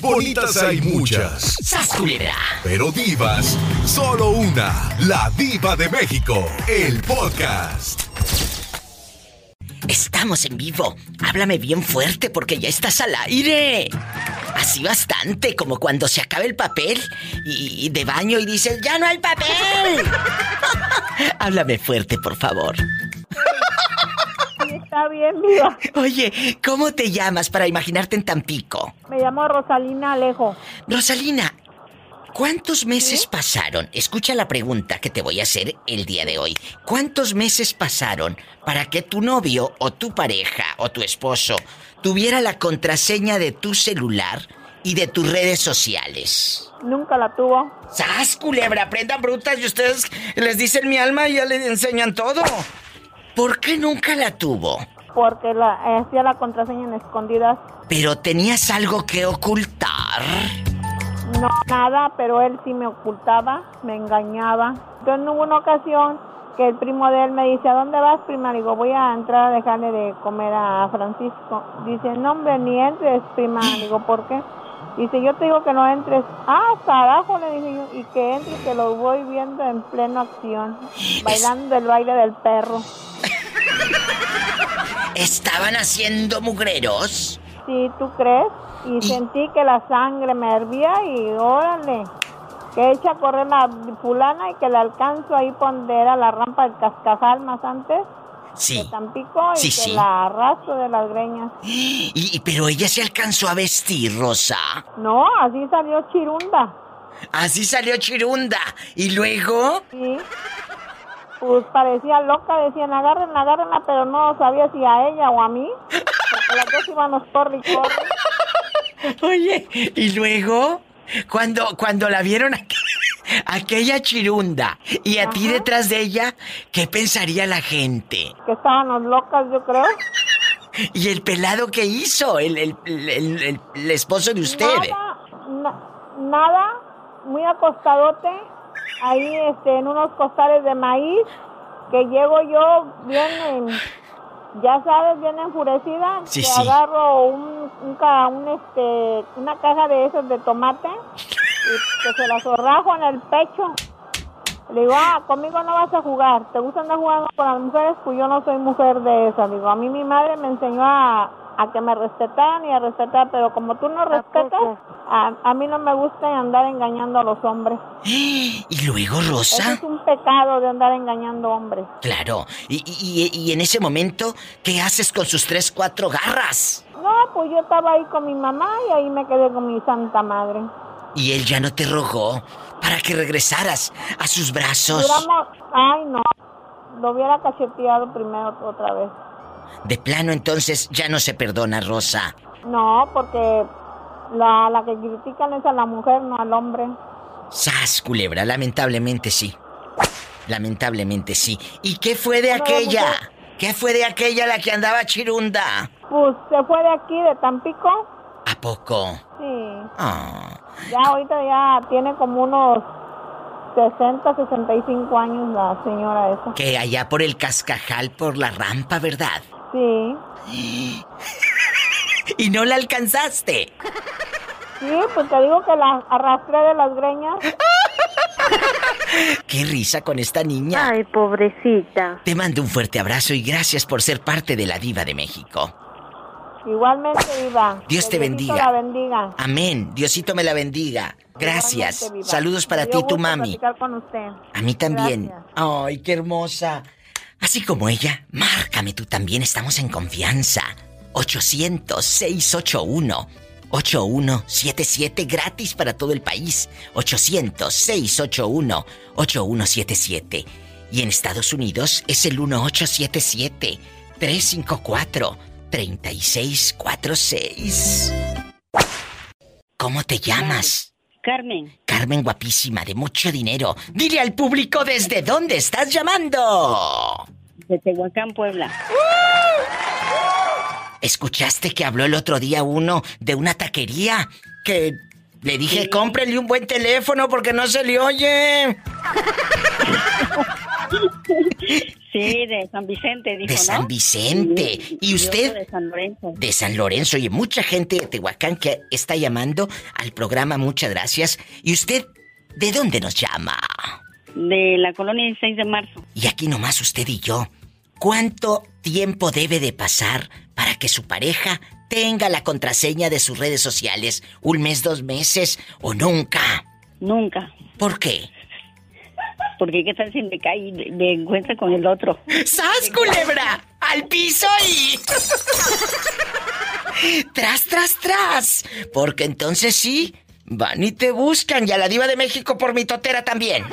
Bonitas hay muchas, Sasculera. pero divas, solo una, la diva de México, el podcast. Estamos en vivo. Háblame bien fuerte porque ya estás al aire. Así bastante, como cuando se acaba el papel y, y de baño y dices, ¡ya no hay papel! Háblame fuerte, por favor. Sí, está bien, viva. Oye, ¿cómo te llamas para imaginarte en Tampico? Me llamo Rosalina Alejo. Rosalina, ¿cuántos meses pasaron? Escucha la pregunta que te voy a hacer el día de hoy. ¿Cuántos meses pasaron para que tu novio o tu pareja o tu esposo tuviera la contraseña de tu celular y de tus redes sociales? Nunca la tuvo. ¡Sas, culebra! Aprendan brutas y ustedes les dicen mi alma y ya les enseñan todo. ¿Por qué nunca la tuvo? Porque la, eh, hacía la contraseña en escondidas. ¿Pero tenías algo que ocultar? No, nada, pero él sí me ocultaba, me engañaba. Yo en una ocasión que el primo de él me dice, ¿a dónde vas, prima? Le digo, voy a entrar a dejarle de comer a Francisco. Dice, no, hombre, ni entres, prima. Le digo, ¿por qué? Dice, yo te digo que no entres. Ah, carajo, le dije yo. Y que entre, que lo voy viendo en plena acción. Bailando el baile del perro. ¿Estaban haciendo mugreros? Sí, ¿tú crees? Y sentí que la sangre me hervía y órale, que echa a correr la fulana y que la alcanzo ahí por donde era la rampa del Cascajal más antes, Sí. de Tampico, y Sí, que sí. la arrastro de las greñas. Y, y- pero ella se alcanzó a vestir, Rosa. No, así salió chirunda, Así salió Chirunda. Y luego, ¿sí? Pues parecía loca, decían, agárrenla, agárrenla, pero no sabía si a ella o a mí, porque las dos íbamos corre y corre. oye, y luego, cuando, cuando la vieron aqu- aquella Chirunda y a ti Ajá. detrás de ella, ¿qué pensaría la gente? que estábamos locas, yo creo. Y el pelado que hizo, el, el- el- el- el- el esposo de usted. Nada, na- nada, muy acostadote, ahí este, en unos costales de maíz, que llego yo bien, en- ya sabes, bien enfurecida, Sí, que sí. agarro un, un ca- un, este, una caja de esos de tomate y que se la zorrajo en el pecho. Le digo, ah, conmigo no vas a jugar. ¿Te gusta andar jugando con las mujeres? Pues yo no soy mujer de esa. Digo, a mí mi madre me enseñó a, a que me respetaran y a respetar, pero como tú no respetas, a, a mí no me gusta andar engañando a los hombres. Y luego, Eso Rosa. es un pecado de andar engañando hombres. Claro. Y, y- y- y en ese momento, ¿qué haces con sus tres, cuatro garras? No, pues yo estaba ahí con mi mamá y ahí me quedé con mi santa madre. Y él ya no te rogó para que regresaras a sus brazos Duramos, ay no, lo hubiera cacheteado primero otra vez. de plano. Entonces ya no se perdona, Rosa. No, porque la, la que critican es a la mujer, no al hombre. Sas, culebra. Lamentablemente sí. Lamentablemente sí. ¿Y qué fue de No, aquella? ¿Qué fue de aquella la que andaba chirunda? Pues se fue de aquí, de Tampico. ¿A poco? Sí. Ah. Ya ahorita ya tiene como unos 60, 65 años la señora esa. Que allá por el cascajal, por la rampa, ¿verdad? Sí. Y no la alcanzaste. Sí, pues te digo que la arrastré de las greñas. Qué risa con esta niña. Ay, pobrecita. Te mando un fuerte abrazo y gracias por ser parte de la Diva de México. Igualmente, Iba. Dios te bendiga. la bendiga. Amén. Diosito me la bendiga. Gracias. Igualmente, Viva. Saludos para Me ti, dio tu gusto mami. platicar con usted. A mí también. Gracias. Ay, qué hermosa. Así como ella, márcame tú también, estamos en confianza. 800-681-8177 gratis para todo el país. 800-681-8177. Y en Estados Unidos es el 1877-354-3646. ¿Cómo te llamas? Carmen, Carmen guapísima, de mucho dinero. Dile al público desde dónde estás llamando. de Tehuacán, Puebla. ¿Escuchaste que habló el otro día uno de una taquería? Que le dije, cómprenle un buen teléfono porque no se le oye. Sí, de San Vicente, dijo, de San ¿no? Vicente. Sí, ¿Y yo usted? De San Lorenzo. de San Lorenzo y mucha gente de Tehuacán que está llamando al programa. Muchas gracias. ¿Y usted de dónde nos llama? De la colonia 16 de marzo. Y aquí nomás usted y yo. ¿Cuánto tiempo debe de pasar para que su pareja tenga la contraseña de sus redes sociales? ¿Un mes, dos meses o nunca? Nunca. ¿Por qué? Porque qué tal si me cae y me- me encuentra con el otro. ¡Sas, culebra! ¡Al piso y! ¡Tras, tras, tras! Porque entonces sí, van y te buscan. Y a la diva de México por mi totera también.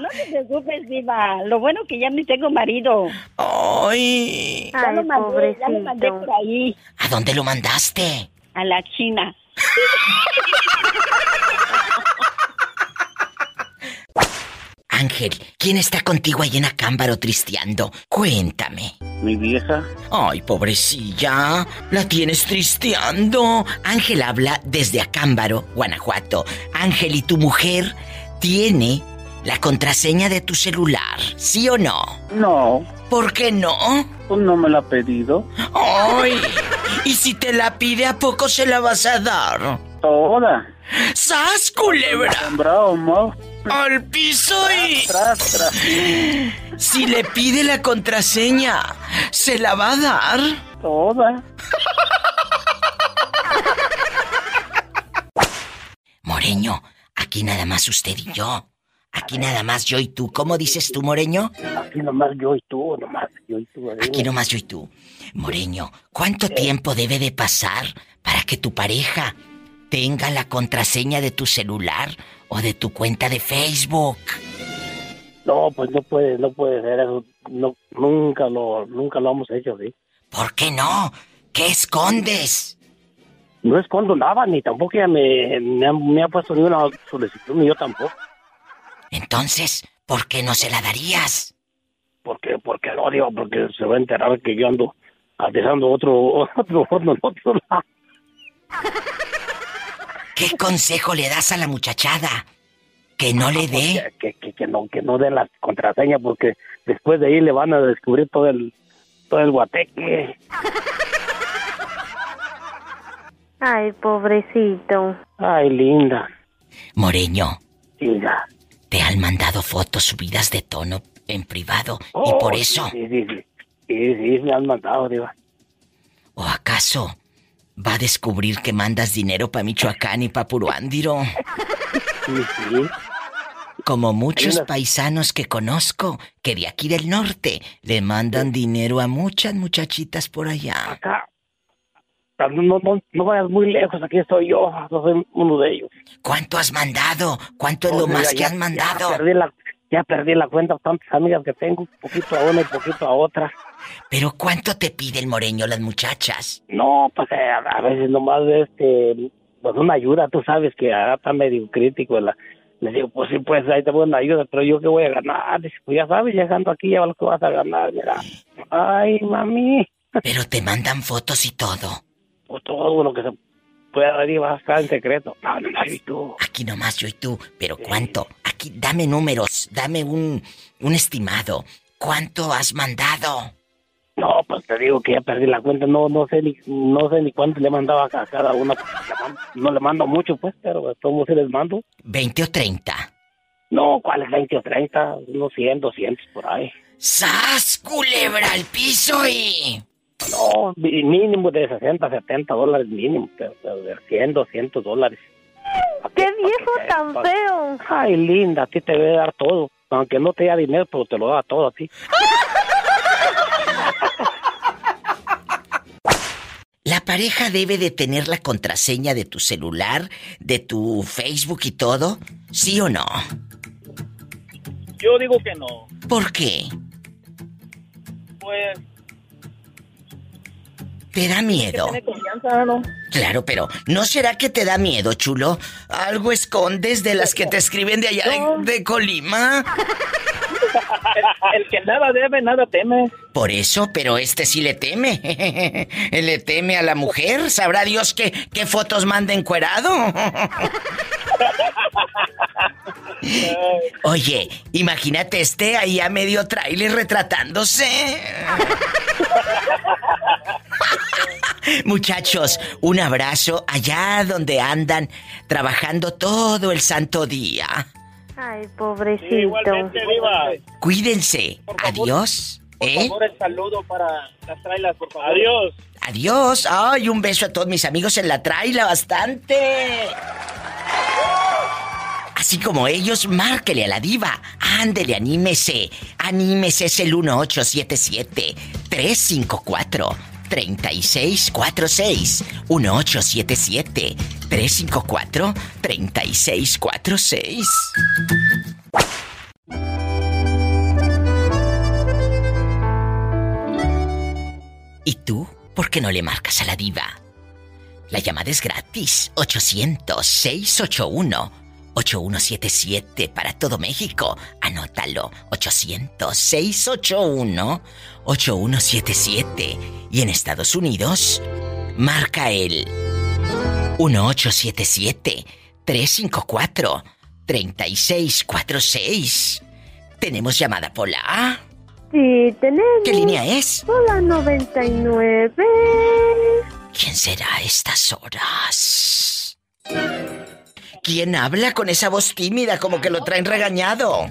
No te preocupes, Diva. Lo bueno que ya me tengo marido. ¡Ay! Ya Ay, lo mandé, ya lo mandé pobrecito. por ahí. ¿A dónde lo mandaste? A la China. Ángel, ¿quién está contigo ahí en Acámbaro tristeando? Cuéntame. Mi vieja, Ay, pobrecilla, la tienes tristeando. Ángel habla desde Acámbaro, Guanajuato. Ángel, ¿y tu mujer tiene la contraseña de tu celular? ¿Sí o no? no, ¿Por qué no? pues no me la ha pedido. ¡Ay! ¿Y si te la pide, a poco se la vas a dar? Toda. ¡Sas, culebra! Sembrado, mo. ¡Al piso y... Tras, tras. Si le pide la contraseña, ¿se la va a dar? Toda. Moreño, aquí nada más usted y yo. Aquí nada más yo y tú. ¿Cómo dices tú, Moreño? Aquí nomás yo y tú, nomás yo y tú. eh. Aquí nomás yo y tú. Moreño, ¿cuánto tiempo debe de pasar para que tu pareja tenga la contraseña de tu celular o de tu cuenta de Facebook? No, pues no puede, no puede ser eso. No, nunca lo, nunca lo hemos hecho, ¿sí? ¿Por qué no? ¿Qué escondes? No escondo nada, ni tampoco ella me, me, ha, me ha puesto ni una solicitud, ni yo tampoco. Entonces, ¿por qué no se la darías? Porque, porque lo digo, porque se va a enterar que yo ando atizando otro, otro, otro, otro lado. ¿Qué consejo le das a la muchachada? Que no le dé. Pues que, que, que no que no dé la contraseña porque después de ahí le van a descubrir todo el todo el guateque. Ay, pobrecito. Ay, linda. Moreño, Linda. te han mandado fotos subidas de tono en privado y por Oh, eso, Sí, sí, sí. Sí, sí, me han matado, digo. ¿o acaso va a descubrir que mandas dinero para Michoacán y para Puruándiro? Sí, sí. Como muchos Hay una- paisanos que conozco que de aquí del norte le mandan dinero a muchas muchachitas por allá. Acá. No, no, no, no vayas muy lejos, aquí estoy yo, yo soy uno de ellos. ¿Cuánto has mandado? ¿Cuánto es lo Mira, más ya- que has mandado? Ya perdí, la, ya perdí la cuenta, tantas amigas que tengo, poquito a una y poquito a otra. Pero ¿cuánto te pide el moreño las muchachas? No, pues eh, a a veces nomás este, pues una ayuda, tú sabes que ahora está medio crítico. La, le digo, pues sí, pues ahí te voy una ayuda, pero yo qué voy a ganar. Dice, pues ya sabes, llegando aquí ya lo que vas a ganar, mira. Ay, mami, Pero te mandan fotos y todo. pues todo lo que se pueda decir va a estar en secreto. No, no, no, y tú. Aquí nomás yo y tú, pero ¿cuánto? Aquí dame números, dame un, un estimado. ¿Cuánto has mandado? No, pues te digo que ya perdí la cuenta, no no sé ni no sé ni cuánto le mandaba a ca- cada una. Le mando- No le mando mucho, pues, pero de todos modos sí les mando. ¿20 o 30? No, ¿cuáles 20 o 30? Unos 100, 200 por ahí. ¡Sas, culebra al piso y... No, mi- mínimo de 60, 70 dólares mínimo, pero, pero de 100, 200 dólares. ¿Pa' ¡Qué pa' viejo te- tan pa- feo! Ay, linda, a ti te debe dar todo. Aunque no te da dinero, pero te lo da todo a ti. La pareja debe de tener la contraseña de tu celular, de tu Facebook y todo, ¿sí o no? Yo digo que no. ¿Por qué? Pues ¿Te da miedo? Tiene confianza, ¿no? Claro, pero ¿no será que te da miedo, chulo? ¿Algo escondes de las que te escriben de allá de- de Colima? el que nada debe, nada teme. Por eso, pero este sí le teme. Él le teme a la mujer. Sabrá Dios qué, qué fotos manda encuerado. Oye, imagínate este ahí a medio trailer retratándose. Muchachos, un abrazo allá donde andan trabajando todo el santo día. Ay, pobrecito. Igualmente, Diva. Cuídense. Por favor. Adiós. Por ¿Eh? favor, el saludo para las trailas, por favor. Adiós. Adiós. Ay, un beso a todos mis amigos en la traila bastante. Así como ellos, márquele a la diva. Ándele, anímese. Anímese, es el 1877-354-3646. 1877-354-3646. ¿Y tú? ¿Por qué no le marcas a la diva? La llamada es gratis. 800-681-8177 para todo México. Anótalo. 800-681-8177. Y en Estados Unidos, marca el 1877-354-3646. Tenemos llamada Pola. ¿Ah? Sí, tenemos. ¿Qué línea es? Hola, 99. ¿Quién será a estas horas? ¿Quién habla con esa voz tímida como que lo traen regañado?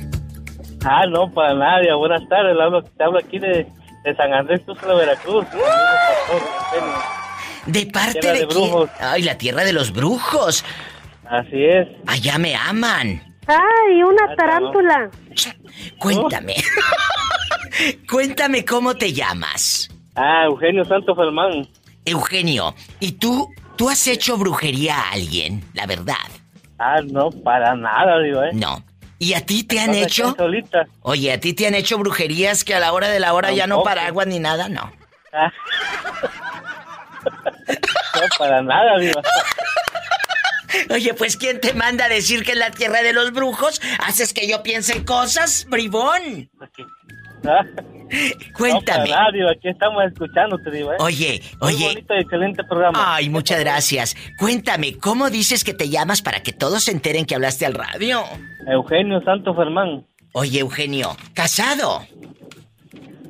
Ah, no, para nadie. Buenas tardes. Hablo, te hablo aquí de, de San Andrés, Tuzla, Veracruz. ¡Ah! ¿De parte de, Tierra de quién? brujos. Ay, la tierra de los brujos. Así es. Allá me aman. Ay, una tarántula. Cuéntame. Cuéntame cómo te llamas. Ah, Eugenio Santo Fermán. Eugenio, ¿y tú? ¿Tú has hecho brujería a alguien? La verdad. Ah, no, para nada, digo, ¿eh? No. ¿Y a ti te han Estás aquí hecho? Solita. Oye, ¿a ti te han hecho brujerías que a la hora de la hora ya no Tampoco. paraguas ni nada? No. Ah. no, para nada, digo. Oye, pues ¿quién te manda a decir que en la tierra de los brujos haces que yo piense en cosas, bribón? Ah, No, Cuéntame. para nada, digo, aquí estamos escuchando, te digo, ¿eh? Oye, Muy oye. bonito y excelente programa. Ay, muchas gracias. Cuéntame, ¿cómo dices que te llamas para que todos se enteren que hablaste al radio? Eugenio Santo Fermán. Oye, Eugenio, ¿casado?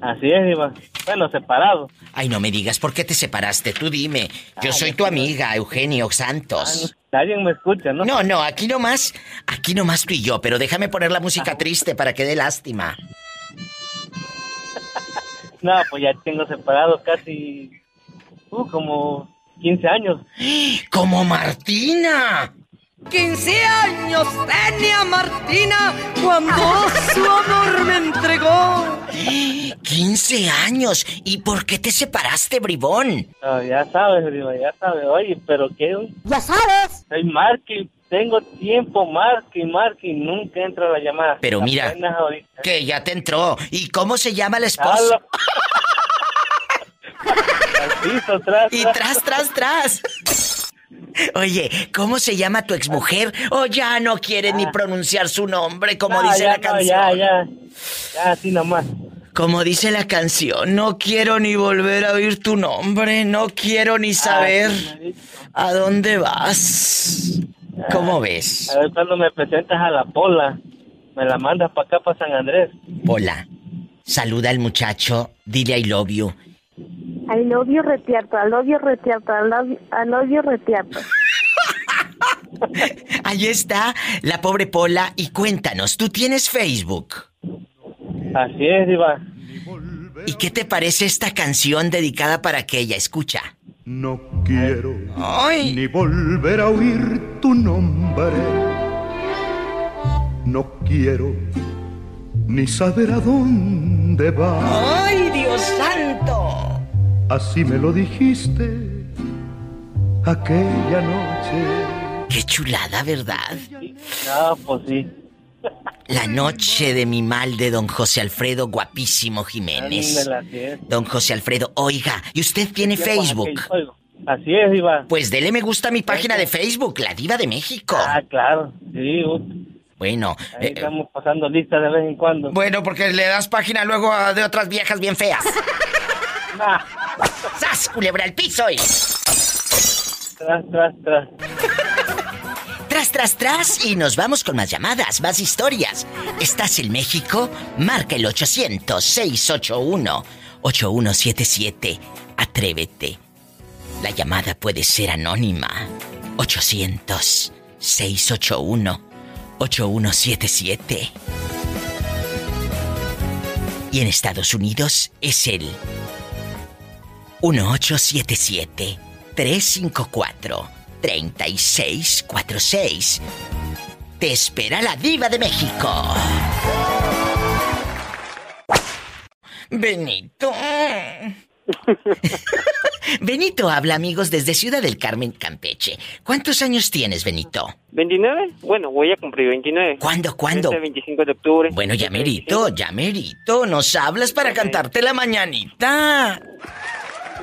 Así es, Diva. Bueno, separado. Ay, no me digas por qué te separaste, tú dime. Yo Ah, soy ya tu sé. amiga, Eugenio Ah, Santos. no, Nadie me escucha, ¿no? No, no, aquí nomás, aquí nomás tú y yo, pero déjame poner la música triste para que dé lástima. No, pues ya tengo separado casi. Uh, como 15 años. ¡Como Martina! 15 años tenía Martina cuando su amor me entregó. 15 años. ¿Y por qué te separaste, bribón? Ah, ya sabes, Diva, ya sabes. Oye, pero qué. Ya sabes. Soy Marky. Tengo tiempo, Marky, Marky. Nunca entra la llamada. Pero mira. Apenas ahorita. Que ya te entró. ¿Y cómo se llama la esposa? Hablo. Al piso, tras, Y tras. tras, tras, tras. Oye, ¿cómo se llama tu exmujer? Oh, ya no quieres ni pronunciar su nombre, como No, dice Ah, ya, la no, canción. ya, ya. Ya, así nomás. Como dice la canción, no quiero ni volver a oír tu nombre, no quiero ni saber Ah, señorita. a dónde vas. ¿Cómo ves? A ver cuando me presentas a la Pola, me la mandas para acá, para San Andrés. Hola. Saluda al muchacho, dile I love you. Al novio retierto, al novio retierto, al novio, al novio retierto. Ahí está la pobre Pola y cuéntanos, tú tienes Facebook. Así es, Diva. ¿Y qué te parece esta canción dedicada para que ella escucha? No quiero Ay. ni volver a oír tu nombre. No quiero ni saber a dónde vas. ¡Ay, Dios santo! Así me lo dijiste aquella noche. Qué chulada, ¿verdad? No, pues sí. La noche de mi mal de don José Alfredo, guapísimo Jiménez. Ándale, así es. Don José Alfredo, oiga, ¿y usted tiene Facebook? Aquello, oigo. Así es, Diva. Pues dele me gusta a mi página de Facebook, La Diva de México. Ah, claro. Sí, uh, Bueno, ahí eh, estamos pasando listas de vez en cuando. bueno, porque le das página luego a- de otras viejas bien feas. Nah, ¡Sas, culebra al piso! Y... tras, tras, tras. Tras, tras, tras, tras. Y nos vamos con más llamadas, más historias. ¿Estás en México? Marca el 800-681-8177. Atrévete. La llamada puede ser anónima. 800-681-8177. Y en Estados Unidos es el 1877-354-3646. Te espera la diva de México. Benito. Benito habla, amigos, desde Ciudad del Carmen, Campeche. ¿Cuántos años tienes, Benito? 29, bueno, voy a cumplir 29. ¿Cuándo, cuándo? Este 25 de octubre. Bueno, ya merito, ya merito. Nos hablas para cantarte la mañanita.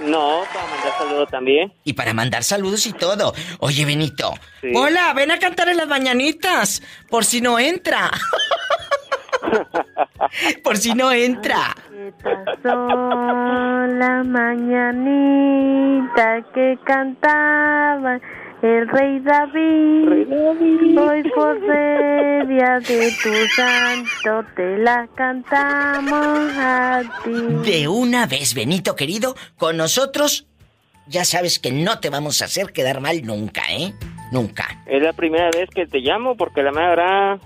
No, para mandar saludos también. Y para mandar saludos y todo. Oye, Benito. Sí. Hola, ven a cantar en las mañanitas. Por si no entra. Por si no entra. Son la mañanita que cantaba el rey David. Hoy por ser día de tu santo te la cantamos a ti. De una vez, Benito querido, con nosotros ya sabes que no te vamos a hacer quedar mal nunca, ¿eh? Nunca. Es la primera vez que te llamo porque la madre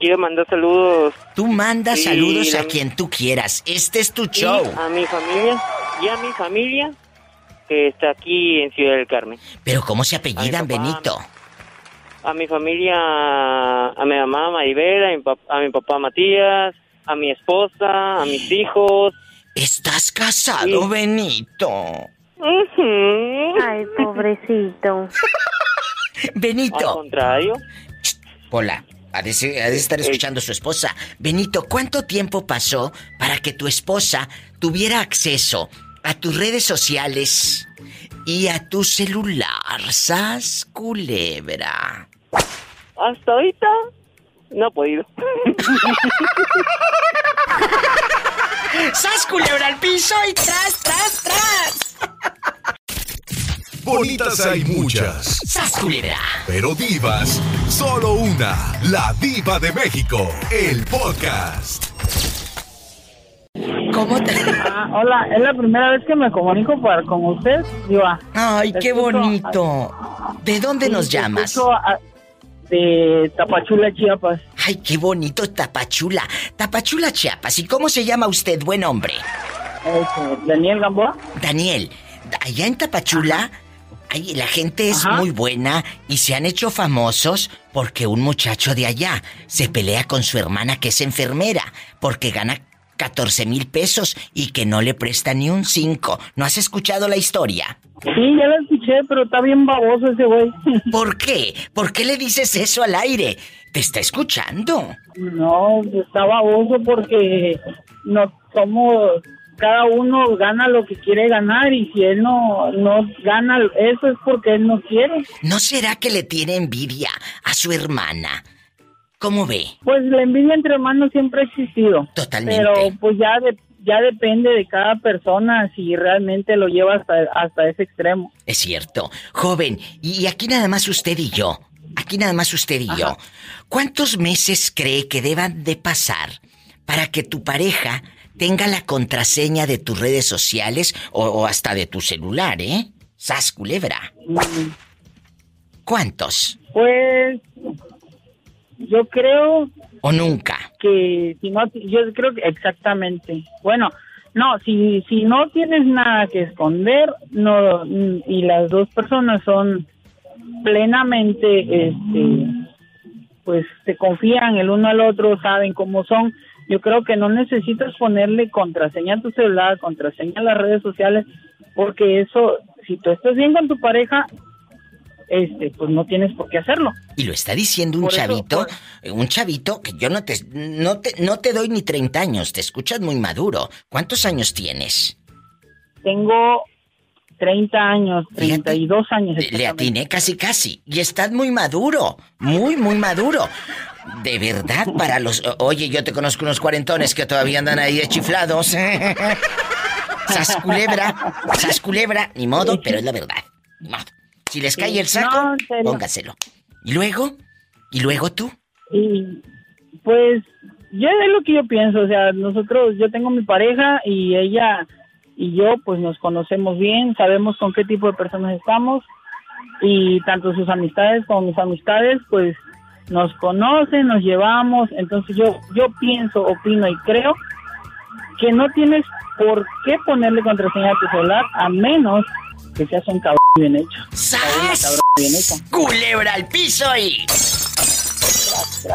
quiero mandar saludos Tú manda Sí, saludos a la- Ah. quien tú quieras. Este es tu y show. a mi familia y a mi familia que está aquí en Ciudad del Carmen. Pero ¿cómo se apellidan, Benito? A mi familia, a mi mamá Maribela, a mi, pap- a mi papá Matías, a mi esposa, a mis hijos. ¿Estás casado, Benito? Ay, Al pobrecito. Benito. contrario, Hola. Ha de, ser- ha de estar escuchando su esposa. Benito, ¿cuánto tiempo pasó para que tu esposa tuviera acceso a tus redes sociales y a tu celular? ¡Sas culebra! hasta ahorita no he podido. ¡Sas culebra al piso y tras, tras, tras! Bonitas hay muchas, ¡Sas culebra! pero divas, solo una. La diva de México, el podcast. ¿Cómo te.? Ah, hola, es la primera vez que me comunico para, con usted, Diva. ¡Ay, qué Escucho- bonito! ¿De dónde Sí, nos te llamas? escucho a- de Tapachula, Chiapas. ¡Ay, qué bonito Tapachula! Tapachula, Chiapas. ¿Y cómo se llama usted, buen hombre? Este, Daniel Gamboa. Daniel, allá en Tapachula, ahí la gente es muy buena y se han hecho famosos porque un muchacho de allá se pelea con su hermana que es enfermera porque gana 14 mil pesos y que no le presta ni un 5. ¿No has escuchado la historia? Sí, ya la escuché, pero está bien baboso ese güey. ¿Por qué? ¿Por qué le dices eso al aire? ¿Te está escuchando? No, está baboso porque no somos cada uno gana lo que quiere ganar y si él no no gana eso es porque él no quiere. ¿No será que le tiene envidia a su hermana? ¿Cómo ve? Pues la envidia entre hermanos siempre ha existido. Totalmente. Pero pues ya de- ya depende de cada persona si realmente lo lleva hasta hasta ese extremo. Es cierto. Joven, y aquí nada más usted y yo. Aquí nada más usted y yo. ¿Cuántos meses cree que deban de pasar para que tu pareja tenga la contraseña de tus redes sociales o, o hasta de tu celular, eh? Sas culebra. ¿Cuántos? Mm, Pues yo creo ¿O nunca? que si no yo creo que exactamente. Bueno, no, si si no tienes nada que esconder, no mm, y las dos personas son plenamente este pues se confían el uno al otro, saben cómo son. Yo creo que no necesitas ponerle contraseña a tu celular, contraseña a las redes sociales, porque eso, si tú estás bien con tu pareja, este, pues no tienes por qué hacerlo. Y lo está diciendo un Por eso, chavito, eh, un chavito que yo no te, no te no te doy ni 30 años, te escuchas muy maduro. ¿Cuántos años tienes? Tengo 30 años, 32 años. Le atiné casi casi. Y estás muy maduro. Muy, muy maduro. De verdad, para los. o- Oye, yo te conozco unos cuarentones que todavía andan ahí de chiflados. Sas culebra, sas culebra, ni modo, pero es la verdad. Ni modo. Si les cae el saco, No, en serio. póngaselo. Y luego, ¿Y luego tú? Y pues yo es lo que yo pienso, o sea, nosotros, yo tengo mi pareja y ella y yo pues nos conocemos bien, sabemos con qué tipo de personas estamos y tanto sus amistades como mis amistades pues nos conocen, nos llevamos, entonces yo yo pienso, opino y creo que no tienes por qué ponerle contraseña a tu celular a menos que seas un cabrón bien hecho. ¡Sas! ¡Culebra al piso y!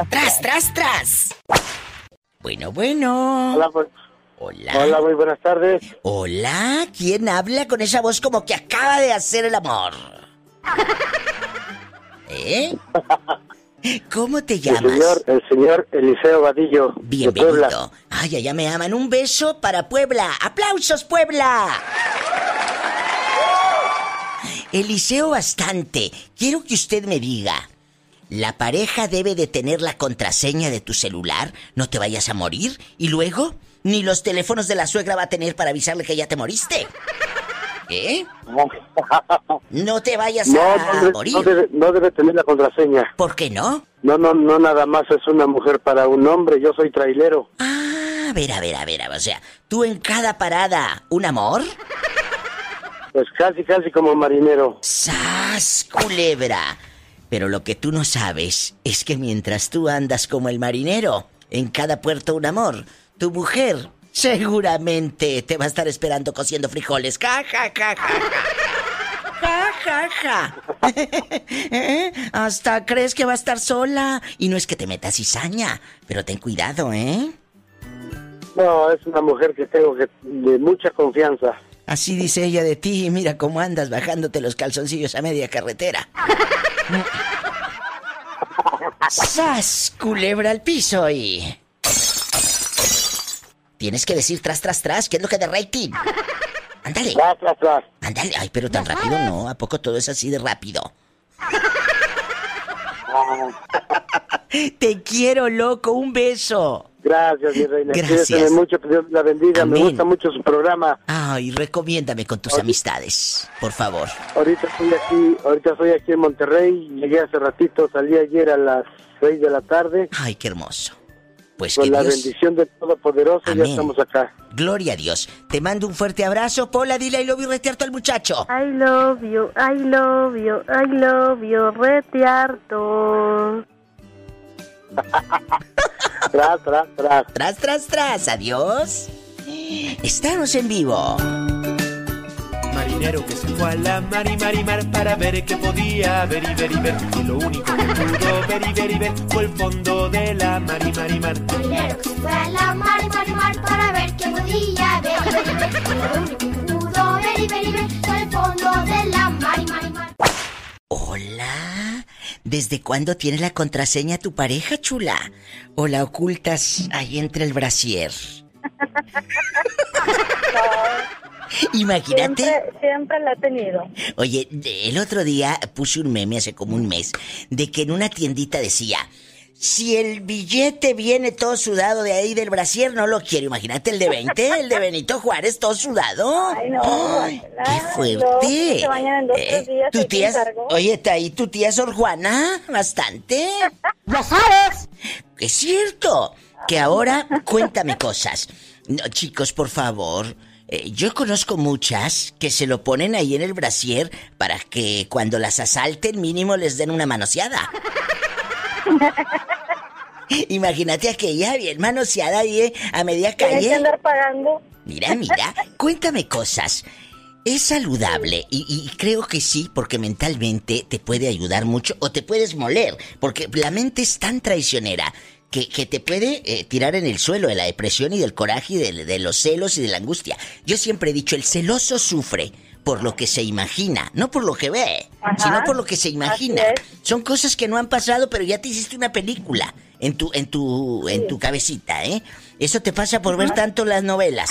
¡Tras, tras, tras! Bueno, bueno. Hola, pues. Hola. Hola, muy buenas tardes. Hola, ¿quién habla con esa voz como que acaba de hacer el amor? ¿Eh? ¿Cómo te El llamas? señor, el señor Eliseo Vadillo. De Puebla. Bienvenido. Ay, allá me aman. Un beso para Puebla. ¡Aplausos, Puebla! Eliseo Bastante, quiero que usted me diga, ¿la pareja debe de tener la contraseña de tu celular? ¿No te vayas a morir? ¿Y luego? ¿Ni los teléfonos de la suegra va a tener para avisarle que ya te moriste? ¿Eh? No te vayas No, a no, debe, morir. no debe- no debe tener la contraseña. ¿Por qué no? No, no, no, nada más es una mujer para un hombre. Yo soy trailero. Ah, A ver, a ver, a ver, o sea, tú en cada parada, ¿un amor? Pues casi, casi como marinero. ¡Sas, culebra! Pero lo que tú no sabes es que mientras tú andas como el marinero, en cada puerto un amor, tu mujer seguramente te va a estar esperando cociendo frijoles. ¡Ja, ja, ja, ja, ja! ¡Ja, ja, ja! ¿Eh? Hasta crees que va a estar sola. Y no es que te metas cizaña, pero ten cuidado, ¿eh? No, es una mujer que tengo que, de mucha confianza. Así dice ella de ti, y mira cómo andas bajándote los calzoncillos a media carretera. ¡Sas! Culebra al piso y. Tienes que decir tras, tras, tras, que es lo que de rating. Ándale. Tras, tras, tras. Ándale. Ay, pero tan rápido no. ¿A poco todo es así de rápido? Te quiero, loco. Un beso. Gracias, mi reina. Gracias. Cuídese mucho, que Dios la bendiga. Me Amén. gusta mucho su programa. Ay, recomiéndame con tus amistades, por favor. Ahorita estoy aquí, ahorita estoy aquí en Monterrey. Llegué hace ratito, salí ayer a las 6 de la tarde. Ay, qué hermoso. Pues Con que la Dios- bendición del Todopoderoso ya Amén. estamos acá. Gloria a Dios. Te mando un fuerte abrazo. Pola, dile I love you retierto al muchacho. I love you, I love you, I love you, retearto. Tras, tras, tras. Tras, tras, tras. Adiós. Estamos en vivo. Marinero que se fue a la mar y mar y mar para ver qué podía ver y ver y ver. Y lo único que pudo ver y ver y ver fue el fondo de la mar y mar y mar. Marinero que se fue a la mar y mar y mar para ver qué podía ver y ver y ver. Lo único que pudo ver y ver y ver fue el fondo de la mar y mar y mar. ¿Desde cuándo tienes la contraseña tu pareja, chula? ¿O la ocultas ahí entre el brasier? Imagínate. Siempre, siempre la he tenido. Oye, de- el otro día puse un meme hace como un mes de que en una tiendita decía, si el billete viene todo sudado de ahí del brasier, no lo quiero. Imagínate el de 20, el de Benito Juárez, todo sudado. Ay, no. ¡Qué fuerte! pues Eh, se bañan en dos, tres días, ¿Tu ahí te tía, es- encargo. oye, ¿está ahí tu tía Sor Juana? Bastante. ¡Lo sabes! Es cierto. Que ahora cuéntame cosas. No, chicos, por favor. eh, yo conozco muchas que se lo ponen ahí en el brasier para que cuando las asalten mínimo les den una manoseada. Imagínate aquella bien manoseada ahí eh, a media calle. Tienes que andar pagando. Mira, mira, cuéntame cosas. Es saludable y, y creo que sí, porque mentalmente te puede ayudar mucho o te puedes moler, porque la mente es tan traicionera que, que te puede eh, tirar en el suelo de la depresión y del coraje y del- de los celos y de la angustia. Yo siempre he dicho, el celoso sufre por lo que se imagina, no por lo que ve, Ajá, sino por lo que se imagina. Son cosas que no han pasado, pero ya te hiciste una película en tu, en tu, en tu cabecita, ¿eh? Eso te pasa por ver tanto las novelas.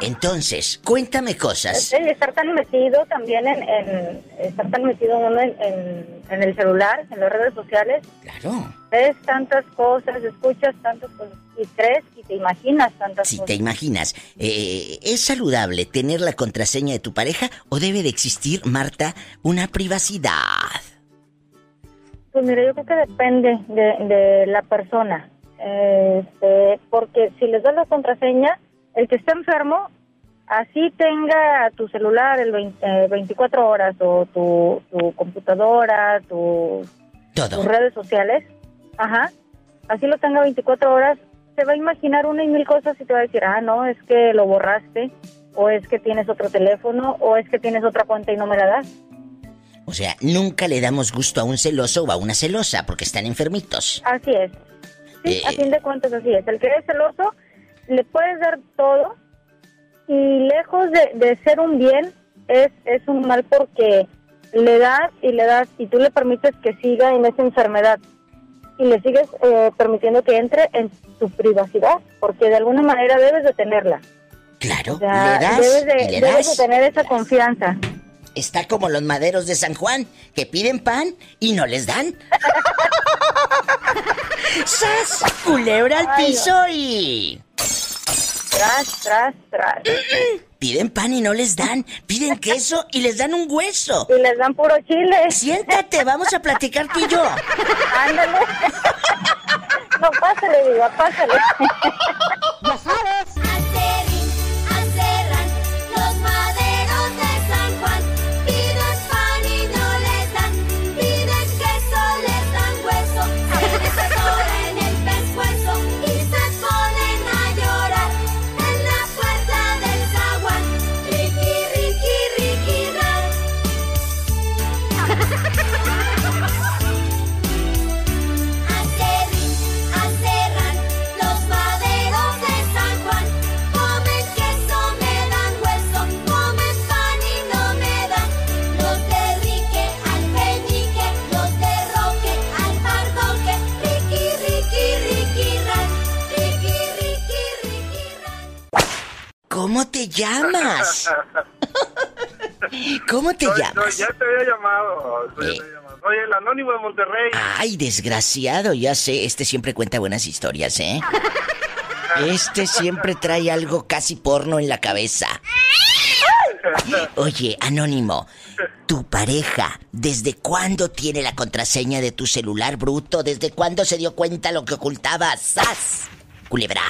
Entonces, cuéntame cosas. Sí, y estar tan metido también en, en- estar tan metido uno en, en- en el celular, en las redes sociales, Claro. ves tantas cosas, escuchas tantas cosas y crees y te imaginas tantas Si cosas. te imaginas, eh, ¿es saludable tener la contraseña de tu pareja o debe de existir, Marta, una privacidad? Pues mira, yo creo que depende de, de la persona. Este, porque si les das la contraseña, el que está enfermo, así tenga tu celular el 20, eh, 24 horas o tu, tu computadora, tu, tus redes sociales, ajá, así lo tenga 24 horas, se va a imaginar una y mil cosas y te va a decir, ah, no, es que lo borraste, o es que tienes otro teléfono, o es que tienes otra cuenta y no me la das. O sea, nunca le damos gusto a un celoso o a una celosa porque están enfermitos. Así es. Sí, Eh. a fin de cuentas así es. El que es celoso, le puedes dar todo y lejos de, de ser un bien, es, es un mal porque le das y le das y tú le permites que siga en esa enfermedad y le sigues eh, permitiendo que entre en tu privacidad porque de alguna manera debes de tenerla. Claro, O sea, le das debes, de, y le debes das. de tener esa confianza. Está como los maderos de San Juan que piden pan y no les dan. ¡Sas! Culebra al Ay, no. piso y... Tras, tras, tras. Piden pan y no les dan. Piden queso y les dan un hueso. Y les dan puro chile. Siéntate, vamos a platicar tú y yo. Ándale. No, pásale, digo, pásale. ¡Ya sabes! Acerrín, acerrán, los maderos de San Juan. Pides pan y no les dan, pides queso, les dan hueso. Se les atora en el pescuezo y se ponen a llorar en la puerta del zaguán. Riqui, riqui, riqui, ran. Acerrín, acerrán, los maderos de San Juan. Comen queso, me dan hueso. Comen pan y no me dan. Los de Rique al Peñique, los de Roque al Pardoque. Riqui, riqui, riqui, ran. Riqui, riqui, riqui, ran. ¿Cómo te llamas? ¿Cómo te Soy- llamas? soy- ya te había llamado. Soy, ya te había llamado. Soy el anónimo de Monterrey. Ay, desgraciado, ya sé, este siempre cuenta buenas historias, ¿eh? Este siempre trae algo casi porno en la cabeza. Oye, anónimo, tu pareja, ¿desde cuándo tiene la contraseña de tu celular bruto? ¿Desde cuándo se dio cuenta lo que ocultaba? ¡Sas! Culebra.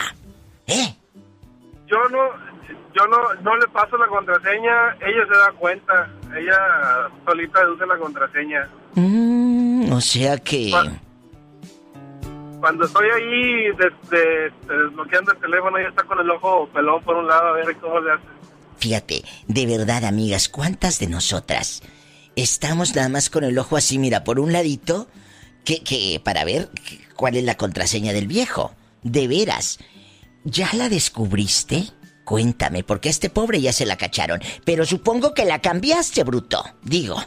¿Eh? Yo no, yo no, no le paso la contraseña. Ella se da cuenta. Ella solita deduce la contraseña. Mm, o sea que... Cuando estoy ahí des- de- desbloqueando el teléfono, ella está con el ojo pelón por un lado a ver cómo le hace. Fíjate, de verdad, amigas, ¿cuántas de nosotras estamos nada más con el ojo así, mira, por un ladito, que, que para ver cuál es la contraseña del viejo? De veras, ¿ya la descubriste? Cuéntame, porque a este pobre ya se la cacharon, pero supongo que la cambiaste, bruto. Digo,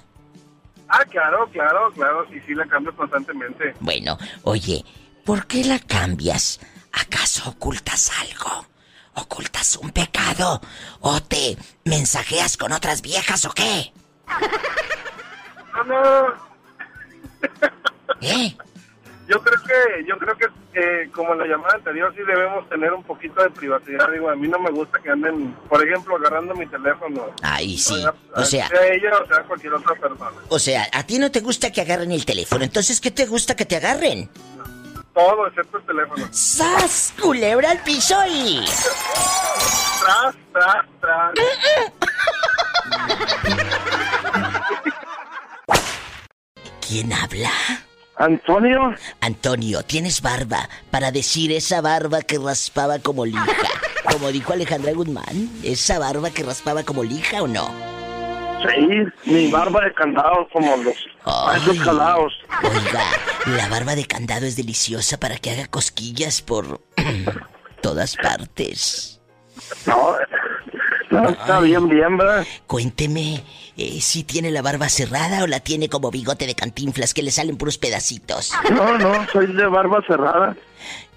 Ah, claro, claro, claro. Sí, sí, la cambio constantemente. bueno, oye, ¿por qué la cambias? ¿Acaso ocultas algo? ¿Ocultas un pecado? ¿O te mensajeas con otras viejas o qué? No, no. ¿Eh? Yo creo que, yo creo que eh, como en la llamada anterior sí debemos tener un poquito de privacidad. Digo, a mí no me gusta que anden, por ejemplo, agarrando mi teléfono. Ahí sí, Ah, o sea... ella o sea cualquier otra persona. O sea, a ti no te gusta que agarren el teléfono, entonces ¿qué te gusta que te agarren? Todo excepto el teléfono. ¡Sas! ¡Culebra al piso y... Tras, tras, tras. ¿Quién habla? Antonio. Antonio, tienes barba para decir esa barba que raspaba como lija. Como dijo Alejandra Guzmán, esa barba que raspaba como lija o no. Sí, mi barba de candado como los esos calados. Oiga, la barba de candado es deliciosa para que haga cosquillas por todas partes. No, no, está bien, bien, ¿verdad? Cuénteme, eh, ¿si tiene la barba cerrada o la tiene como bigote de cantinflas que le salen puros pedacitos? No, no, soy de barba cerrada.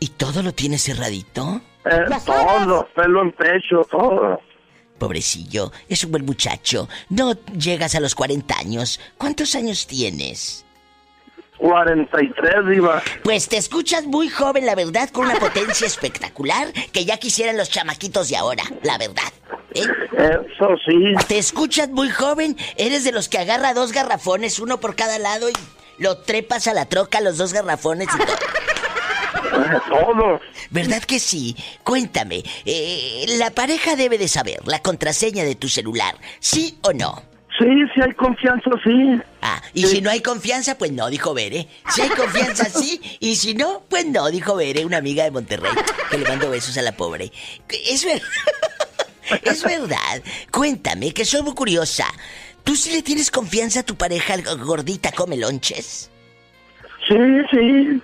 ¿Y todo lo tiene cerradito? Eh, todo, pelo en pecho, todo. Pobrecillo, es un buen muchacho. No llegas a los 40 años. ¿Cuántos años tienes? 43, diva. Pues te escuchas muy joven, la verdad, con una potencia espectacular que ya quisieran los chamaquitos de ahora, la verdad. ¿eh? Eso sí. Te escuchas muy joven, eres de los que agarra dos garrafones, uno por cada lado y Lo trepas a la troca, los dos garrafones y todo. Todos. ¿Verdad que sí? Cuéntame, eh, la pareja debe de saber la contraseña de tu celular, ¿sí o no? Sí, si hay confianza, sí. Ah, y si no hay confianza, pues no, dijo Bere. Si hay confianza, sí, y si no, pues no, dijo Bere, una amiga de Monterrey, que le mando besos a la pobre. Es verdad, es verdad. Cuéntame, que soy muy curiosa. ¿Tú sí le tienes confianza a tu pareja gordita come lonches? Sí, sí.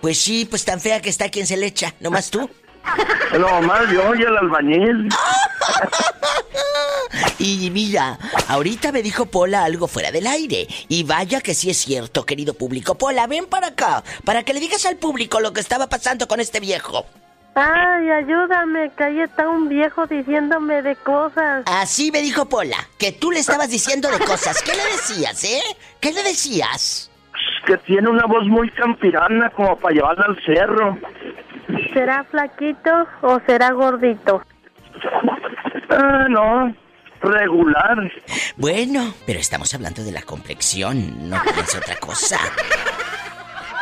Pues sí, pues tan fea que está quien se le echa, nomás tú. Lo más yo y el albañil. Y mira, ahorita me dijo Pola algo fuera del aire. Y vaya que sí es cierto, querido público. Pola, ven para acá, para que le digas al público lo que estaba pasando con este viejo. Ay, ayúdame, que ahí está un viejo diciéndome de cosas. Así me dijo Pola, que tú le estabas diciendo de cosas. ¿Qué le decías, eh? ¿Qué le decías? Que tiene una voz muy campirana como para llevarla al cerro. ¿Será flaquito o será gordito? Ah, no. Regular. Bueno, pero estamos hablando de la complexión, no piense otra cosa.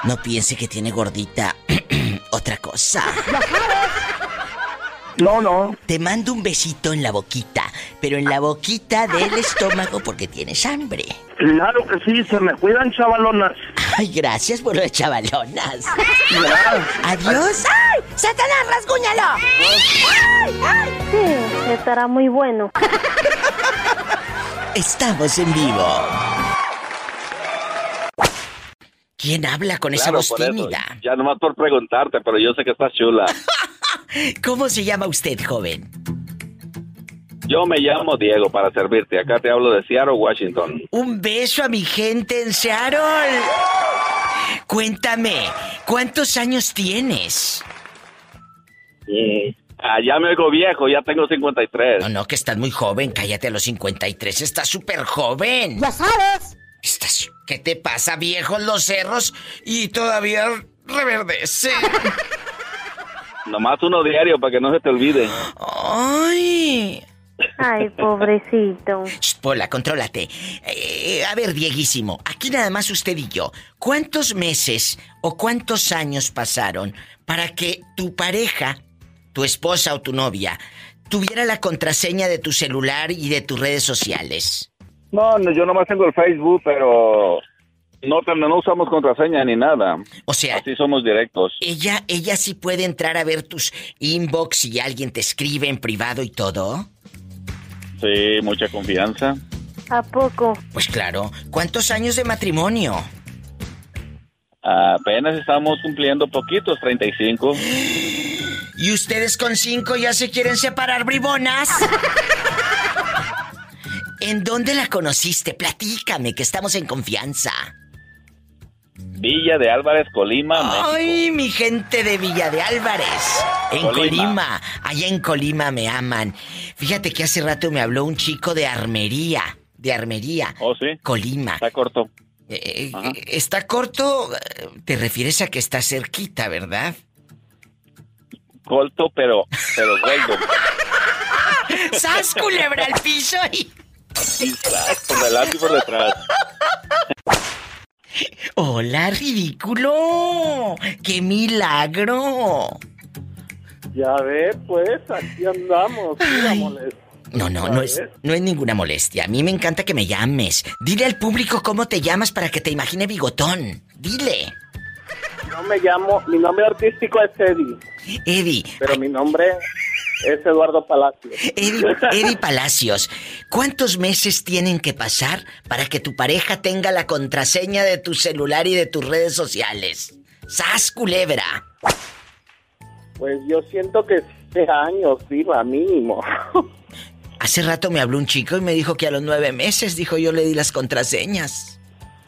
No piense que tiene gordita otra cosa. No, no. Te mando un besito en la boquita, pero en la boquita del estómago porque tienes hambre. Claro que sí, se me cuidan chavalonas. Ay, gracias por las chavalonas. Adiós. ¡Ay! ¡Satanás, rasguñalo! Sí, estará muy bueno. Estamos en vivo. ¿Quién habla con esa Claro, voz por eso. tímida? Ya nomás por preguntarte, pero yo sé que estás chula. ¿Cómo se llama usted, joven? Yo me llamo Diego para servirte. Acá te hablo de Seattle, Washington. Un beso a mi gente en Seattle. Cuéntame, ¿cuántos años tienes? Allá me oigo viejo, ya tengo 53. No, no, que estás muy joven. Cállate a los 53. Estás súper joven. ¡Ya sabes! Estás... ¿Qué te pasa, viejos los cerros? Y todavía reverdece. Nomás uno diario para que no se te olvide. ¡Ay! Ay, pobrecito. Pola, contrólate. Eh, a ver, Dieguísimo, aquí nada más usted y yo. ¿Cuántos meses o cuántos años pasaron para que tu pareja, tu esposa o tu novia, tuviera la contraseña de tu celular y de tus redes sociales? No, no, yo nomás tengo el Facebook, pero no, ten- no usamos contraseña ni nada. O sea... Así somos directos. ¿Ella, ella sí puede entrar a ver tus inbox y alguien te escribe en privado y todo? Sí, mucha confianza. ¿A poco? Pues claro. ¿Cuántos años de matrimonio? Apenas estamos cumpliendo poquitos, 35. ¿Y ustedes con cinco ya se quieren separar, bribonas? ¿En dónde la conociste? Platícame, que estamos en confianza. Villa de Álvarez, Colima, México. ¡Ay, mi gente de Villa de Álvarez! En Colima. Colima. allá en Colima me aman. Fíjate que hace rato me habló un chico de armería, de armería. ¿Oh, sí? Colima. Está corto. está corto, eh, te refieres a que está cerquita, ¿verdad? Colto, pero, pero gordo. ¡Sas, culebra al piso! Y... por delante y por detrás. Hola, ridículo. ¡Qué milagro! Ya ve, pues, aquí andamos. Mira, molesto. No, no, no es, no es ninguna molestia. A mí me encanta que me llames. Dile al público cómo te llamas para que te imagine bigotón. Dile. Yo me llamo, mi nombre artístico es Eddie. Eddie. Pero mi nombre es Eduardo Palacios. Eddie, Eddie Palacios, ¿cuántos meses tienen que pasar para que tu pareja tenga la contraseña de tu celular y de tus redes sociales? ¡Sas, culebra! Pues yo siento que seis años, viva, mínimo. Hace rato me habló un chico y me dijo que a los nueve meses, dijo yo le di las contraseñas.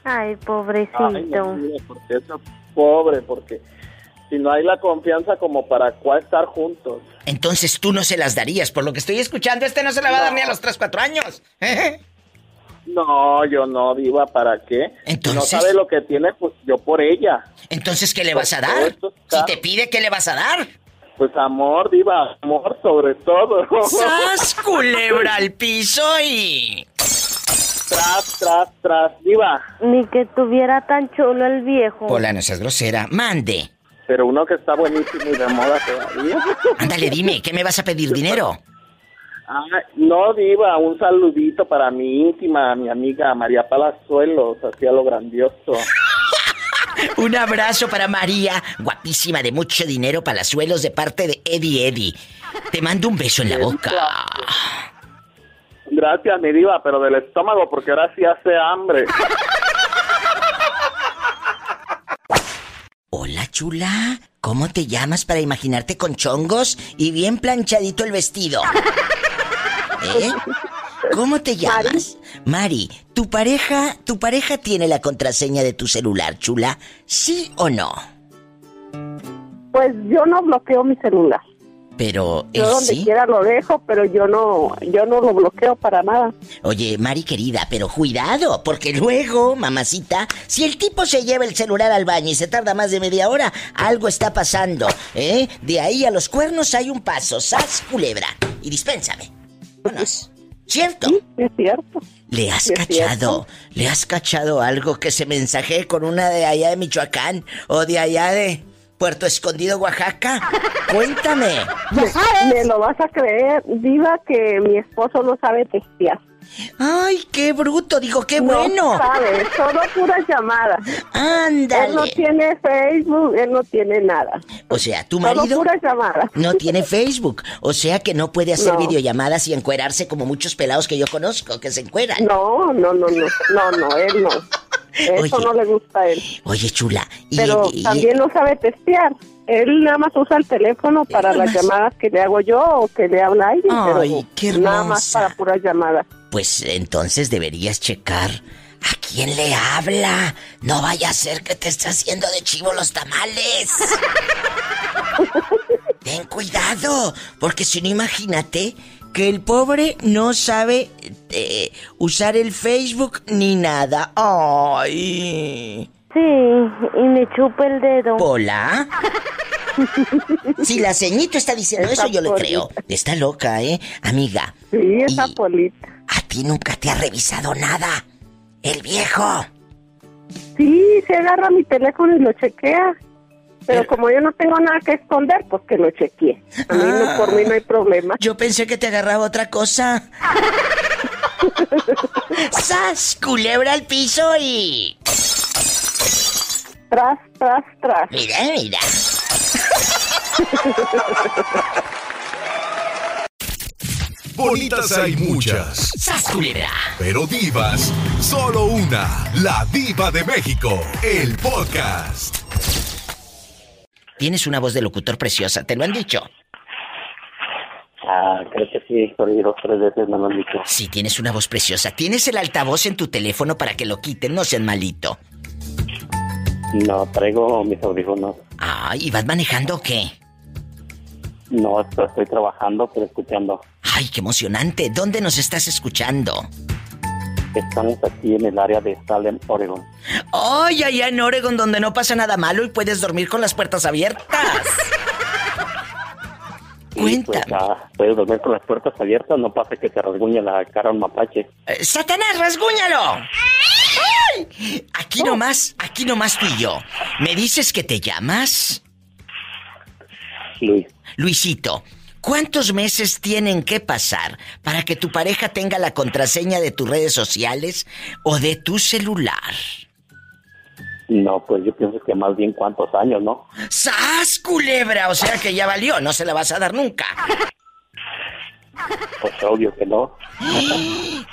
Ay, Ay, no, pobrecito. mire, porque eso es pobre, porque si no hay la confianza como para cuál estar juntos. Entonces tú no se las darías, por lo que estoy escuchando, este no se la va a dar ni a los tres, cuatro años. ¿eh? No, yo no, diva, ¿para qué? No sabe lo que tiene, pues yo por ella. Entonces, Pues ¿qué le vas a dar? Si te pide, ¿qué le vas a dar? Pues amor, diva, amor Pues sobre todo. ¡Sas, culebra al piso y... Tras, tras, tras, diva. Ni que tuviera tan chulo el pues viejo. Hola, no seas grosera. Mande. Pero uno que está buenísimo y de moda todavía. Ándale, dime, ¿qué me vas a pedir? ¿Dinero? Ah, no, Diva, un saludito para mi íntima, mi amiga María Palazuelos, hacia lo grandioso. Un abrazo para María, guapísima de mucho dinero, palazuelos de parte de Eddie Eddie. Te mando un beso en la boca. Gracias, mi Diva, pero del estómago, porque ahora sí hace hambre. Hola, chula. ¿Cómo te llamas para imaginarte con chongos y bien planchadito el vestido? ¿Eh? ¿Cómo te llamas? Mari, ¿tu pareja, tu pareja tiene la contraseña de tu celular, chula? ¿Sí o no? Pues yo no bloqueo mi celular. Pero Yo él donde sí. quiera lo dejo, pero yo no, yo no lo bloqueo para nada. Oye, Mari querida, pero cuidado, porque luego, mamacita, si el tipo se lleva el celular al baño y se tarda más de media hora, algo está pasando, ¿eh? De ahí a los cuernos hay un paso, sas culebra. Y dispénsame. Vámonos. ¿Cierto? es cierto. Le has Es cachado, le has cachado algo que se mensaje con una de allá de Michoacán o de allá de Puerto Escondido, Oaxaca. Cuéntame. Me, me lo vas a creer, diva, que mi esposo no sabe textear. Ay, qué bruto, digo, qué bueno. No sabe, solo puras llamadas. Ándale. Él no tiene Facebook, él no tiene nada. O sea, tu Solo marido puras llamadas. no tiene Facebook, o sea que no puede hacer No. videollamadas y encuerarse como muchos pelados que yo conozco que se encueran. No, no, no, no, no, no, él no. Eso Oye. no le gusta a él. Oye, chula, y, Pero y- también no sabe testear. Él nada más usa el teléfono para las llamadas que le hago yo o que le habla alguien. Ay, pero qué Nada más hermosa. para puras llamadas. pues entonces deberías checar a quién le habla. No vaya a ser que te esté haciendo de chivo los tamales. Ten cuidado, porque si no imagínate que el pobre no sabe eh, usar el Facebook ni nada. Ay. Sí, y me chupa el dedo. Hola. Si la ceñito está diciendo Está eso, yo le polita. creo. Está loca, ¿eh? Amiga, Sí, esa polita. a ti nunca te ha revisado nada. El viejo. Sí, se agarra mi teléfono y lo chequea. Eh. Pero como yo no tengo nada que esconder, pues que lo chequee. A mí Ah. no, por mí no hay problema. Yo pensé que te agarraba otra cosa. ¡Sas! Culebra al piso y. Tras, tras, tras. Mira, mira. Bonitas hay muchas. ¡Sas culebra! Pero divas, solo una. La diva de México. El podcast. Tienes una voz de locutor preciosa, te lo han dicho. Ah, creo que sí, por ir dos tres veces me lo han dicho. Sí, tienes una voz preciosa. Tienes el altavoz en tu teléfono para que lo quiten, no sean malito. No, traigo mis audífonos. Ay, ¿y vas manejando o qué? No, esto- estoy trabajando, pero escuchando. Ay, qué emocionante. ¿Dónde nos estás escuchando? Estamos aquí en el área de Salem, Oregon. Ay, allá en Oregon donde no pasa nada malo y puedes dormir con las puertas abiertas. Y pues, ah, puedes dormir con las puertas abiertas, no pasa que te rasguñe la cara un mapache. Eh, ¡Satanás, rasguñalo! ¡Ay! Aquí nomás, aquí nomás tú y yo. ¿Me dices que te llamas? Luis. Luisito, ¿cuántos meses tienen que pasar para que tu pareja tenga la contraseña de tus redes sociales o de tu celular? No, pues yo pienso que más bien cuántos años, ¿no? ¡Sas, culebra! O sea que ya valió, no se la vas a dar nunca. Pues obvio que no.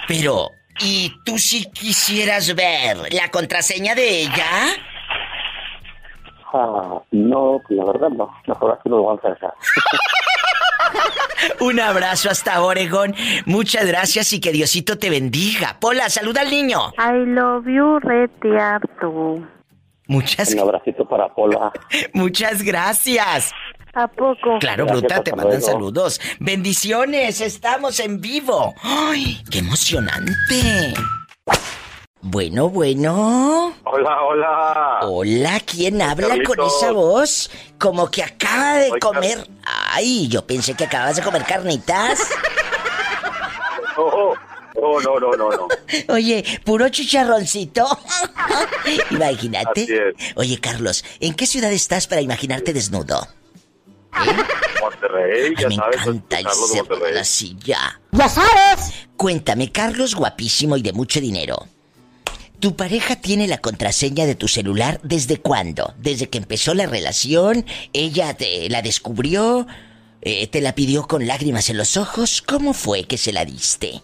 Pero, ¿y tú si quisieras ver la contraseña de ella? Ah, no, la verdad no. Mejor así lo vamos a dejar. Un abrazo hasta Oregón. Muchas gracias y que Diosito te bendiga. Pola, saluda al niño. I love you, rete harto. Muchas, Un abracito para Pola. muchas gracias. ¿A poco? Claro, Gracias, bruta, hasta te mandan luego. saludos. Bendiciones, estamos en vivo. ¡Ay, qué emocionante! Bueno, bueno. Hola, hola. Hola, ¿quién habla con Carlitos. esa voz? Como que acaba de Soy Car- comer. Ay, yo pensé que acabas de comer carnitas. Oh, No, no, no, no, no. Oye, puro chicharroncito. Imagínate. Oye, Carlos, ¿en qué ciudad estás para imaginarte desnudo? Monterrey, ya Ah, me sabes. encanta el Carlos de cerdo de Monterrey. la silla. ¡Ya sabes! Cuéntame, Carlos, guapísimo y de mucho dinero. ¿Tu pareja tiene la contraseña de tu celular desde cuándo? ¿Desde que empezó la relación? ¿Ella te la descubrió? Eh, ¿Te la pidió con lágrimas en los ojos? ¿Cómo fue que se la diste?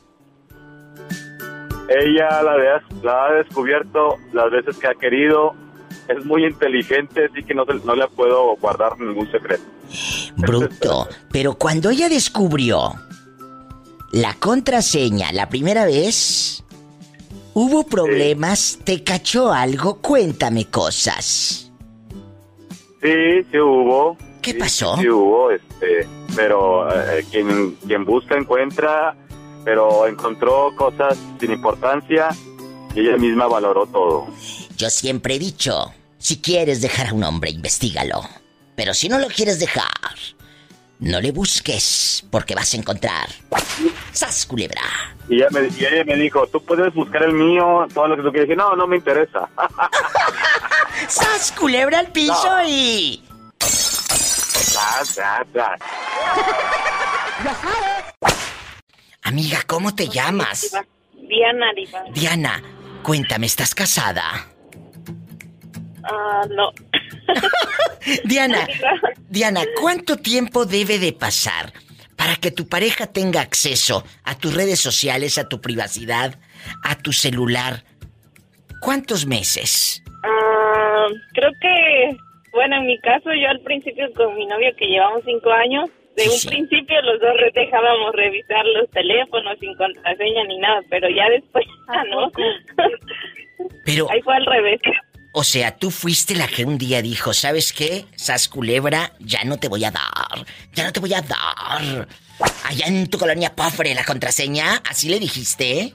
Ella la, de- la ha descubierto las veces que ha querido. Es muy inteligente, así que no, se- no le puedo guardar ningún secreto. Bruto. Pero cuando ella descubrió la contraseña la primera vez, hubo problemas, te cachó algo, cuéntame cosas. Sí, sí hubo. ¿Qué Sí, pasó? Sí, hubo, este, pero eh, quien, quien busca encuentra, pero encontró cosas sin importancia y ella misma valoró todo. Yo siempre he dicho, si quieres dejar a un hombre, investigalo. Pero si no lo quieres dejar, no le busques, porque vas a encontrar. ¡Sas, culebra! Y ella, me, y ella me dijo, tú puedes buscar el mío, todo lo que tú quieras. Y dije, no, no me interesa. ¡Sas, culebra al piso y... Tras, tras, tras. Amiga, ¿cómo te llamas? Diana Diva. Diana, cuéntame, ¿estás casada? Ah, no. Diana, Diana, ¿cuánto tiempo debe de pasar para que tu pareja tenga acceso a tus redes sociales, a tu privacidad, a tu celular? ¿Cuántos meses? Ah, creo que, bueno, en mi caso, yo al principio con mi novio que llevamos cinco años, de Sí, un sí. principio los dos re- dejábamos revisar los teléfonos sin contraseña ni nada, pero ya después, ah, ¿no? Pero, Ahí fue al revés. o sea, tú fuiste la que un día dijo, ¿sabes qué? Sas culebra, ya no te voy a dar, ya no te voy a dar. Allá en tu colonia pobre, la contraseña, así le dijiste, ¿eh?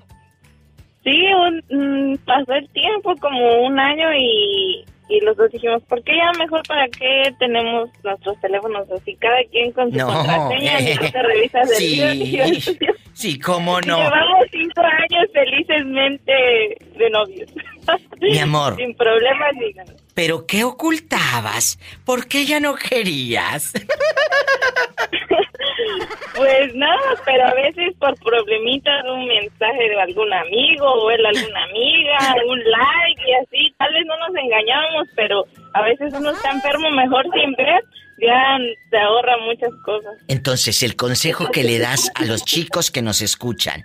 Sí, un- mm, pasó el tiempo, como un año, y, y los dos dijimos, ¿por qué ya mejor para qué tenemos nuestros teléfonos así? Cada quien con su No, contraseña, eh. y tú te revisas el Sí. mío, y yo el tuyo. Sí, cómo no. Llevamos cinco años felizmente de novios. Mi amor. Sin problemas ni nada. ¿Pero qué ocultabas? ¿Por qué ya no querías? Pues nada, pero a veces por problemitas un mensaje de algún amigo o él alguna amiga, un like y así, tal vez no nos engañamos, pero a veces uno está enfermo mejor sin ver, ya te ahorra muchas cosas. Entonces, el consejo que le das a los chicos que nos escuchan,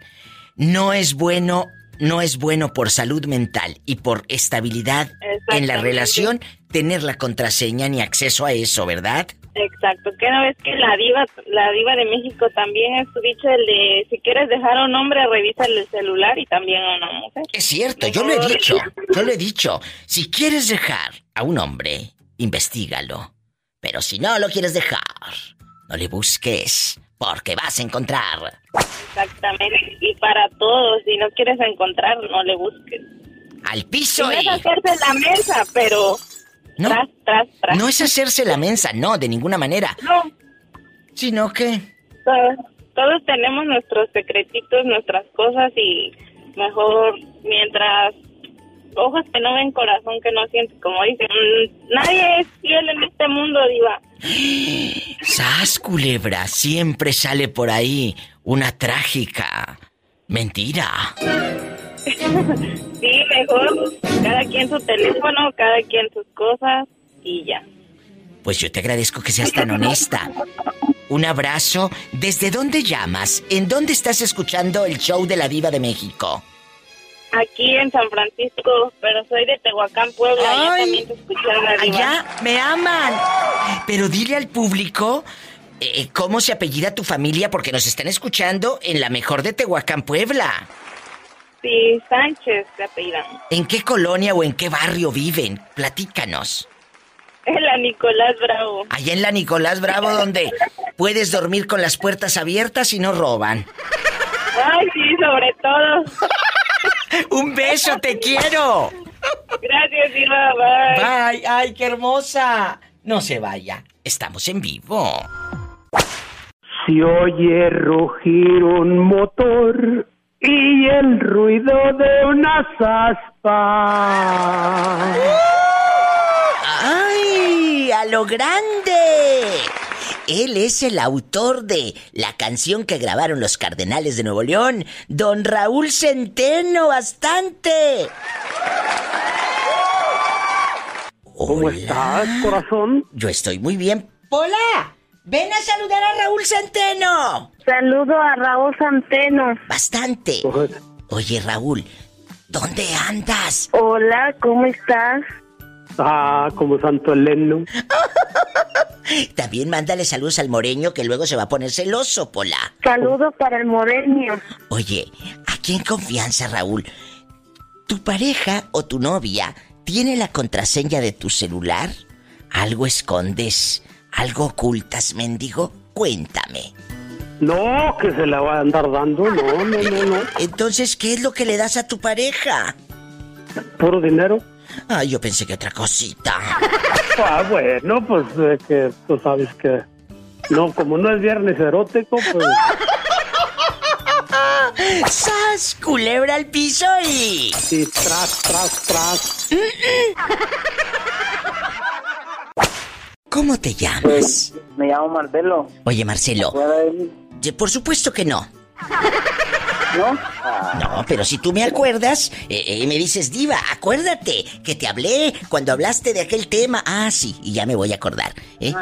no es bueno, no es bueno por salud mental y por estabilidad en la Exactamente. relación tener la contraseña ni acceso a eso, ¿verdad? Exacto, que una vez que la diva, la diva de México también es su dicho el de si quieres dejar a un hombre revisa el celular y también a una mujer. Es cierto, yo lo he dicho, yo lo he dicho. Si quieres dejar a un hombre, investigalo. Pero si no lo quieres dejar, no le busques, porque vas a encontrar. Exactamente. Y para todos, si no quieres encontrar, no le busques. Al piso. No es hacerse la mesa, pero No, no es hacerse la mensa, no, de ninguna manera. no. Sino que Todos, todos tenemos nuestros secretitos, nuestras cosas y mejor mientras ojos que no ven, corazón que no siente, como dicen, mm, nadie es fiel en este mundo, diva. Sas culebra, siempre sale por ahí una trágica mentira. Sí, mejor cada quien su teléfono, cada quien sus cosas y ya. Pues yo te agradezco que seas tan honesta. Un abrazo. ¿Desde dónde llamas? ¿En dónde estás escuchando el show de la Viva de México? Aquí en San Francisco, pero soy de Tehuacán, Puebla, allá también te escuchan la diva. Allá me aman. Pero dile al público eh, cómo se apellida tu familia porque nos están escuchando en la mejor de Tehuacán, Puebla. Sí, Sánchez te apellidan. ¿En qué colonia o en qué barrio viven? Platícanos. Es la Nicolás Bravo. Allá en la Nicolás Bravo, donde puedes dormir con las puertas abiertas y no roban. Ay, sí, sobre todo. ¡Un beso, te quiero! Gracias, Diva. Bye. ¡Ay, ay, qué hermosa! No se vaya, estamos en vivo. Si oye rugir un motor y el ruido de unas aspas. ¡Ay! ¡A lo grande! Él es el autor de la canción que grabaron los Cardenales de Nuevo León, don Raúl Centeno, bastante. ¿Cómo estás, corazón? Yo estoy muy bien. ¡Pola! ¡Ven a saludar a Raúl Centeno! Saludo a Raúl Centeno. Bastante. Oye, Raúl, ¿dónde andas? Oh. Hola, ¿cómo estás? Ah, como Santo Eleno. También mándale saludos al moreño que luego se va a poner celoso, Pola. Saludo para el moreño. Oye, aquí en confianza, Raúl, ¿tu pareja o tu novia tiene la contraseña de tu celular? ¿Algo escondes? ¿Algo ocultas, mendigo? Cuéntame. No, que se la va a andar dando, no, no, no, no. Entonces, ¿qué es lo que le das a tu pareja? Puro dinero. Ah, yo pensé que otra cosita. Ah, bueno, pues eh, que tú sabes que... No, como no es viernes erótico, pues... ¡Sas! Culebra al piso y. Y tras, tras, tras. ¿Cómo te llamas? Pues, me llamo Marcelo. Oye, Marcelo. ¿Fuera de mí? ye- Por supuesto que no. ¿No? Ah, No, pero si tú me acuerdas eh, eh, me dices, Diva, acuérdate que te hablé cuando hablaste de aquel tema. Ah, sí, y ya me voy a acordar. ¿eh?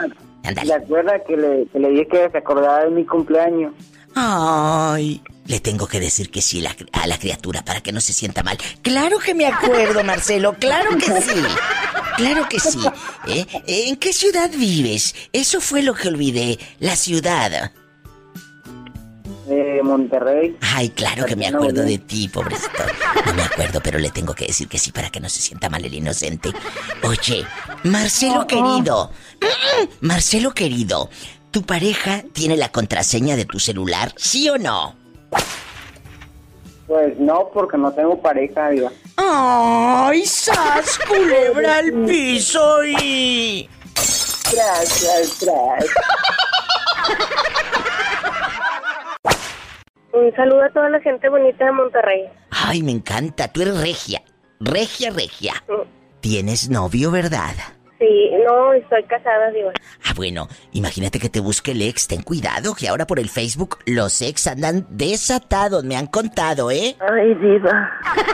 ¿Te Ándale. acuerdas que le, que le dije que se acordaba de mi cumpleaños? Ay, le tengo que decir que sí la- a la criatura para que no se sienta mal. Claro que me acuerdo, Marcelo, claro que sí. Claro que sí. ¿Eh? ¿En qué ciudad vives? Eso fue lo que olvidé, la ciudad. De Monterrey. Ay, claro que me acuerdo de ti, pobrecito. No me acuerdo, pero le tengo que decir que sí para que no se sienta mal el inocente. Oye, Marcelo querido. Mm, Marcelo querido, ¿tu pareja tiene la contraseña de tu celular? ¿Sí o no? Pues no, porque no tengo pareja, diga. ¡Ay, sas, culebra al piso y... Gracias, gracias. Un saludo a toda la gente bonita de Monterrey. Ay, me encanta, tú eres regia. Regia, regia. Oh. Tienes novio, ¿verdad? Sí, no, estoy casada, digo. Ah, bueno, imagínate que te busque el ex. Ten cuidado, que ahora por el Facebook los ex andan desatados, me han contado, ¿eh? Ay, diva.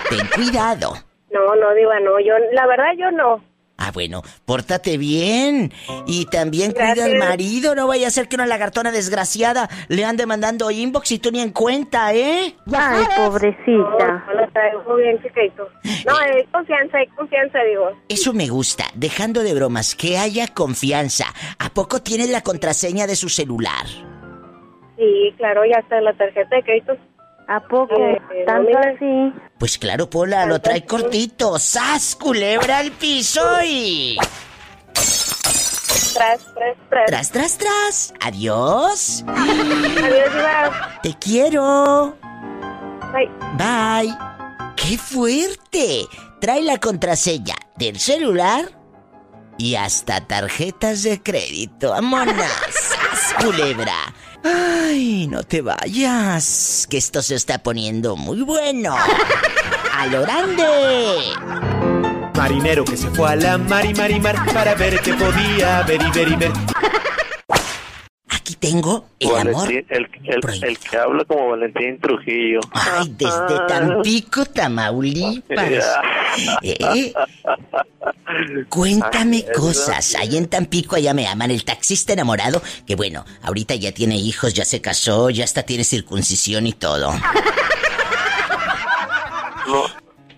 Ten cuidado. No, no, diva, no. Yo, la verdad, yo no. Ah, bueno, pórtate bien. Y también cuida al marido. No vaya a ser que una lagartona desgraciada le ande mandando inbox y tú ni en cuenta, ¿eh? Ay, Oh, pobrecita. No, lo traigo bien chiquito. No, hay confianza, hay confianza, digo. Eso me gusta. Dejando de bromas, que haya confianza. ¿A poco tienes la contraseña de su celular? Sí, claro, ya está la tarjeta de crédito. ¿A poco? Eh, ¿Tanto así? Pues claro, Pola, lo trae cortito. ¡Sas, culebra al piso y... Tras, tras, tras. Tras, tras, tras. Adiós. Adiós, diva. Te quiero. Bye. Bye. ¡Qué fuerte! Trae la contraseña del celular y hasta tarjetas de crédito. ¡Vámonos! ¡Sas, culebra! ¡Ay, no te vayas! Que esto se está poniendo muy bueno. ¡A lo grande! Marinero que se fue a la mar y mar y mar para ver qué podía ver y ver y ver. Aquí tengo el amor. Valentín, el, el- el que habla como Valentín Trujillo. Ay, desde Tampico, Tamaulipas. Eh, Cuéntame cosas. Ahí en Tampico, allá me aman. El taxista enamorado, que bueno, ahorita ya tiene hijos, ya se casó, ya hasta tiene circuncisión y todo. Ah, No,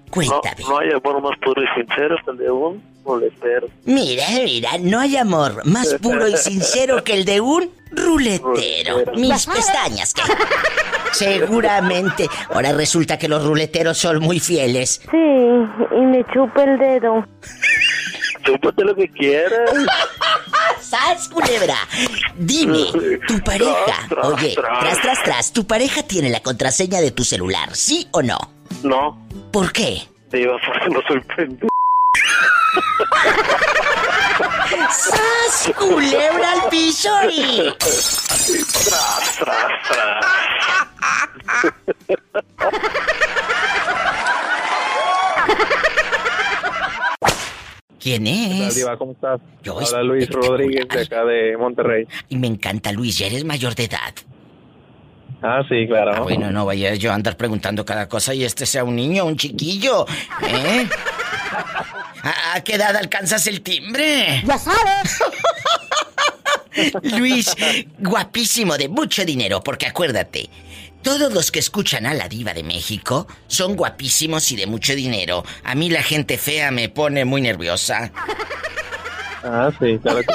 Cuéntame. No, no hay amor más puro y sincero que el de un boletero. Mira, mira, no hay amor más puro y sincero que el de un ruletero. Mis pestañas, que. Seguramente. Ahora resulta que los ruleteros son muy fieles. Sí, y me chupa el dedo. Chúpate lo que quieras. ¡Sas, culebra! Dime, tu pareja. tras, Oye, tras. tras, tras, tras, ¿tu pareja tiene la contraseña de tu celular, sí o no? No, ¿Por qué? te ibas a no soy pendejo. ¡Sas, culebra al piso y... Tras, tras, tras. ¿ Quién es? Diva, ¿cómo estás? Yo Hola, Luis Rodríguez, de acá de Monterrey. Y me encanta, Luis, ya eres mayor de edad. Ah, sí, claro. Ah, bueno, no vaya yo a andar preguntando cada cosa y este sea un niño, un chiquillo. ¿Eh? ¿A, a qué edad alcanzas el timbre? Ya sabes. Luis, guapísimo, de mucho dinero, porque acuérdate, todos los que escuchan a la diva de México son guapísimos y de mucho dinero. A mí la gente fea me pone muy nerviosa. Ah, sí, claro que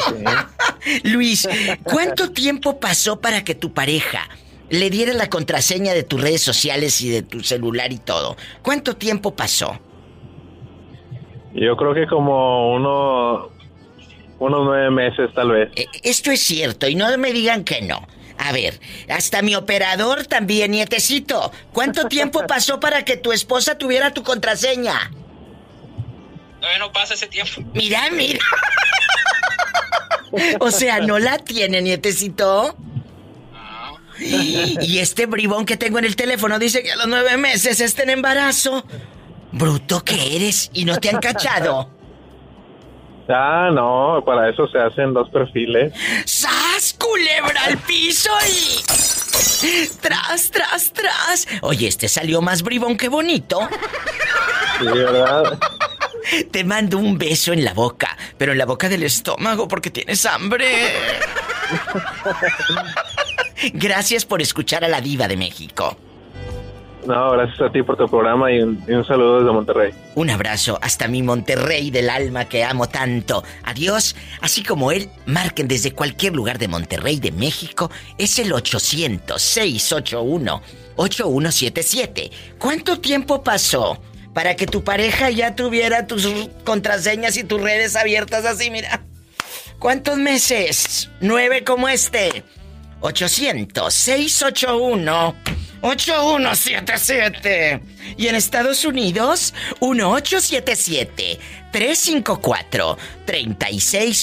sí. Luis, ¿cuánto tiempo pasó para que tu pareja le diera la contraseña de tus redes sociales y de tu celular y todo? ¿Cuánto tiempo pasó? Yo creo que como uno, unos nueve meses tal vez. Eh, Esto es cierto y no me digan que no. A ver, hasta mi operador también, nietecito. ¿Cuánto tiempo pasó para que tu esposa tuviera tu contraseña? Todavía no pasa ese tiempo. Mira, mira. o sea, no la tiene, nietecito. Ah. No. Y este bribón que tengo en el teléfono dice que a los nueve meses está en embarazo. Bruto que eres y no te han cachado. Ah, no, para eso se hacen dos perfiles. ¡Sas, culebra al piso y... ¡Tras, tras, tras! Oye, este salió más bribón que bonito. Sí, ¿verdad? Te mando un beso en la boca, pero en la boca del estómago porque tienes hambre. Gracias por escuchar a la diva de México. No, gracias a ti por tu programa y un, y un, saludo desde Monterrey. Un abrazo hasta mi Monterrey del alma que amo tanto. Adiós. Así como él, marquen desde cualquier lugar de Monterrey, de México. Es el 800-681-8177. ¿Cuánto tiempo pasó para que tu pareja ya tuviera tus contraseñas y tus redes abiertas así, mira? ¿Cuántos meses? Nueve como este. 800 681 8177. Y en Estados Unidos,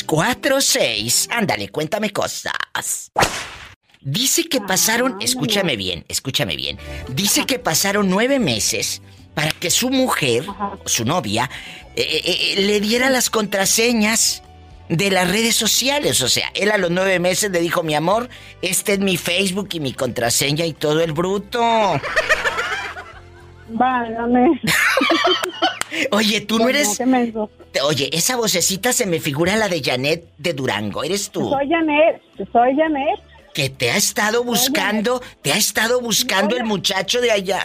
1877-354-3646. Ándale, cuéntame cosas. Dice que pasaron, escúchame bien, escúchame bien. Dice que pasaron nueve meses para que su mujer, su novia, eh, eh, le diera las contraseñas de las redes sociales. O sea, él a los nueve meses le dijo, mi amor, este es mi Facebook y mi contraseña y todo el bruto. Válgame. Oye, tú no eres... Oye, esa vocecita se me figura la de Janet de Durango. ¿Eres tú? Soy Janet, soy Janet. Que te ha estado buscando, te ha estado buscando el muchacho de allá.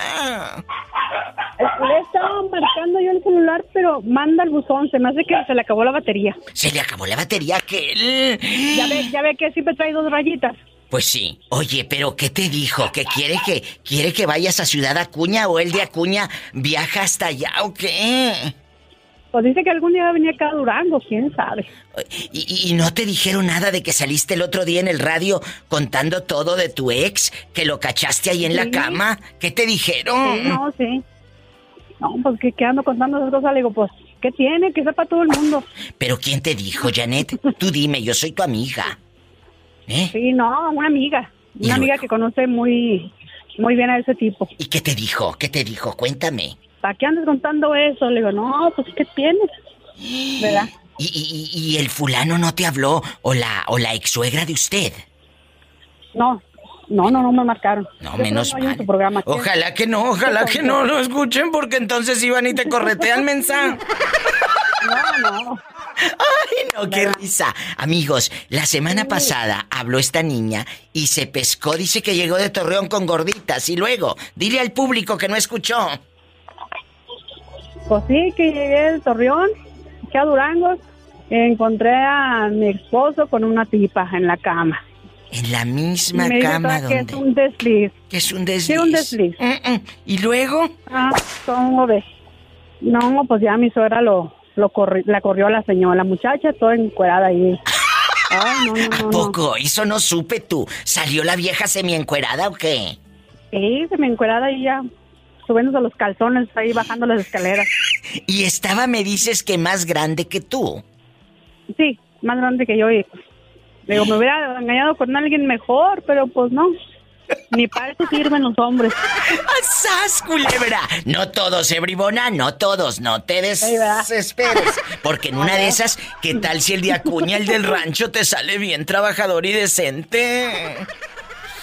Le estaba marcando yo el celular, pero manda el buzón. Se me hace que se le acabó la batería. Se le acabó la batería que Ya ve, ya ve que siempre trae dos rayitas. Pues sí. Oye, pero ¿qué te dijo? ¿Que quiere que quiere que vayas a Ciudad Acuña o el de Acuña viaja hasta allá o qué? Pues dice que algún día venía acá a Durango, quién sabe. ¿Y, ¿Y no te dijeron nada de que saliste el otro día en el radio contando todo de tu ex, que lo cachaste ahí en sí. la cama? ¿Qué te dijeron? Sí, no, sí. No, pues que, ando contando esas cosas, le digo, pues, ¿qué tiene? Que sepa todo el mundo. Pero ¿quién te dijo, Janet? Tú dime, yo soy tu amiga. ¿Eh? Sí, no, una amiga. Una amiga luego? que conoce muy, muy bien a ese tipo. ¿Y qué te dijo? ¿Qué te dijo? Cuéntame. ¿Para qué andas contando eso? Le digo, no, pues, ¿qué tienes? ¿Verdad? ¿Y, y, y el fulano no te habló? ¿O la, o la ex suegra de usted? No, no, no, no me marcaron. No, Yo menos no mal. Programa, ojalá que no, ojalá que no lo escuchen porque entonces iban y te corretean mensaje. No, no. Ay, no, qué risa. Amigos, la semana pasada habló esta niña y se pescó, dice que llegó de Torreón con gorditas y luego, dile al público que no escuchó. Pues sí, que llegué de Torreón, que a Durango, encontré a mi esposo con una tipa en la cama. En la misma me cama donde... Que es un desliz. Que es un desliz. Sí, un desliz. Mm -mm. ¿Y luego? Ah, ¿cómo ves? No, pues ya mi suegra lo, lo corri la corrió la señora, la muchacha, toda encuerada ahí. Ay, no, no, ¿A no, poco? Eso no supe tú. ¿Salió la vieja semi-encuerada o qué? Sí, semi-encuerada ahí ya. Subiéndose los calzones, ahí bajando las escaleras. y estaba, me dices, que más grande que tú. Sí, más grande que yo y Digo, me hubiera engañado con alguien mejor, pero pues no. Ni para eso sirven los hombres. ¡Sas, culebra! No todos, Ebribona, no todos, no te desesperes. Porque en una de esas, ¿qué tal si el de Acuña, el del rancho, te sale bien trabajador y decente?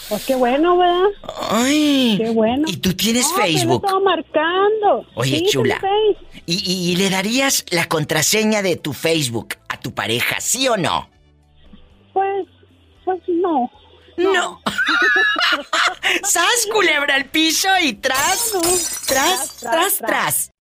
Pues qué bueno, ¿verdad? ¡Ay! Qué bueno. ¿Y tú tienes Ah, Facebook? que no estaba marcando. Oye, Sí, chula. tengo Face. ¿Y, y, y le darías la contraseña de tu Facebook a tu pareja, sí o no? Pues, pues no. No. ¡Sas, culebra al piso y tras, tras, tras, tras!